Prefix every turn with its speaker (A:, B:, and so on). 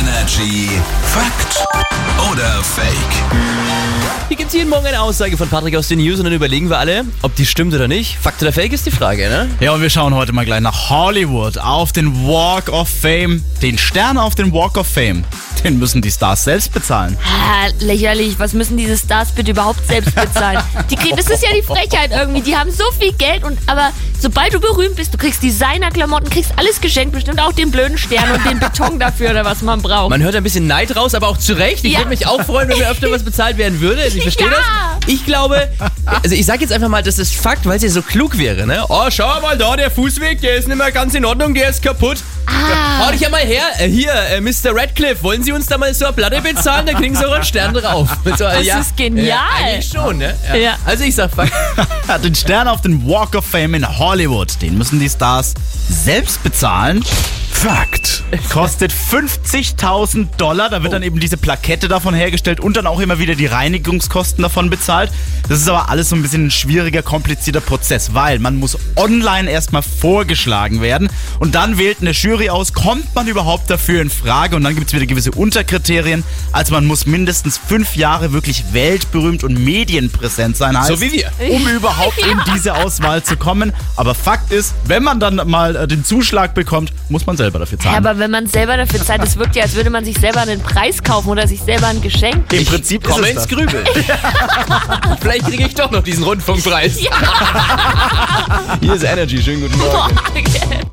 A: Energy Fakt oder Fake?
B: Hier gibt's jeden Morgen eine Aussage von Patrick aus den News und dann überlegen wir alle, ob die stimmt oder nicht. Fakt oder Fake ist die Frage, ne?
C: Ja, und wir schauen heute mal gleich nach Hollywood auf den Walk of Fame. Den Stern auf den Walk of Fame. Den müssen die Stars selbst bezahlen.
D: Ah, lächerlich. Was müssen diese Stars bitte überhaupt selbst bezahlen? Die kriegen, das ist ja die Frechheit irgendwie. Die haben so viel Geld und aber sobald du berühmt bist, du kriegst Designerklamotten, kriegst alles geschenkt, bestimmt auch den blöden Stern und den Beton dafür oder was man braucht.
B: Man hört ein bisschen Neid raus, aber auch zu Recht. Ich
D: Ja.
B: würde mich auch freuen, wenn mir öfter was bezahlt werden würde. Also ich verstehe
D: Ja.
B: das. Ich glaube, also ich sage jetzt einfach mal, das ist Fakt, weil es ja so klug wäre, ne? Oh, schau mal da, der Fußweg, der ist nicht mehr ganz in Ordnung, der ist kaputt.
D: Ah.
B: Hau dich ja mal her. Äh, Hier, äh, Mr. Radcliffe, wollen Sie uns da mal so eine Platte bezahlen? Dann kriegen Sie auch einen Stern drauf. Mit so, äh,
D: Das ist genial.
B: Äh, eigentlich schon, ne?
D: Ja.
B: Also ich sag Fakt.
C: Ja, den Stern auf den Walk of Fame in Hollywood. Den müssen die Stars selbst bezahlen.
A: Fakt.
C: Kostet 50.000 Dollar. Da wird dann eben diese Plakette davon hergestellt und dann auch immer wieder die Reinigungskosten davon bezahlt. Das ist aber alles so ein bisschen ein schwieriger, komplizierter Prozess, weil man muss online erstmal vorgeschlagen werden und dann wählt eine Jury aus, kommt man überhaupt dafür in Frage und dann gibt es wieder gewisse Unterkriterien. Also man muss mindestens fünf Jahre wirklich weltberühmt und medienpräsent sein. Heißt,
B: So wie wir.
C: um überhaupt in diese Auswahl zu kommen. Aber Fakt ist, wenn man dann mal äh, den Zuschlag bekommt, muss man selber dafür
D: Ja,
C: zahlen.
D: aber wenn man selber dafür zahlt, das wirkt ja, als würde man sich selber einen Preis kaufen oder sich selber ein Geschenk.
C: Im Prinzip ist
B: Komm
C: es
B: ins
C: das.
B: Grübeln. Vielleicht kriege ich doch noch diesen Rundfunkpreis.
D: Ja.
B: Hier ist Energy. Schönen guten Morgen.
D: Boah, gell.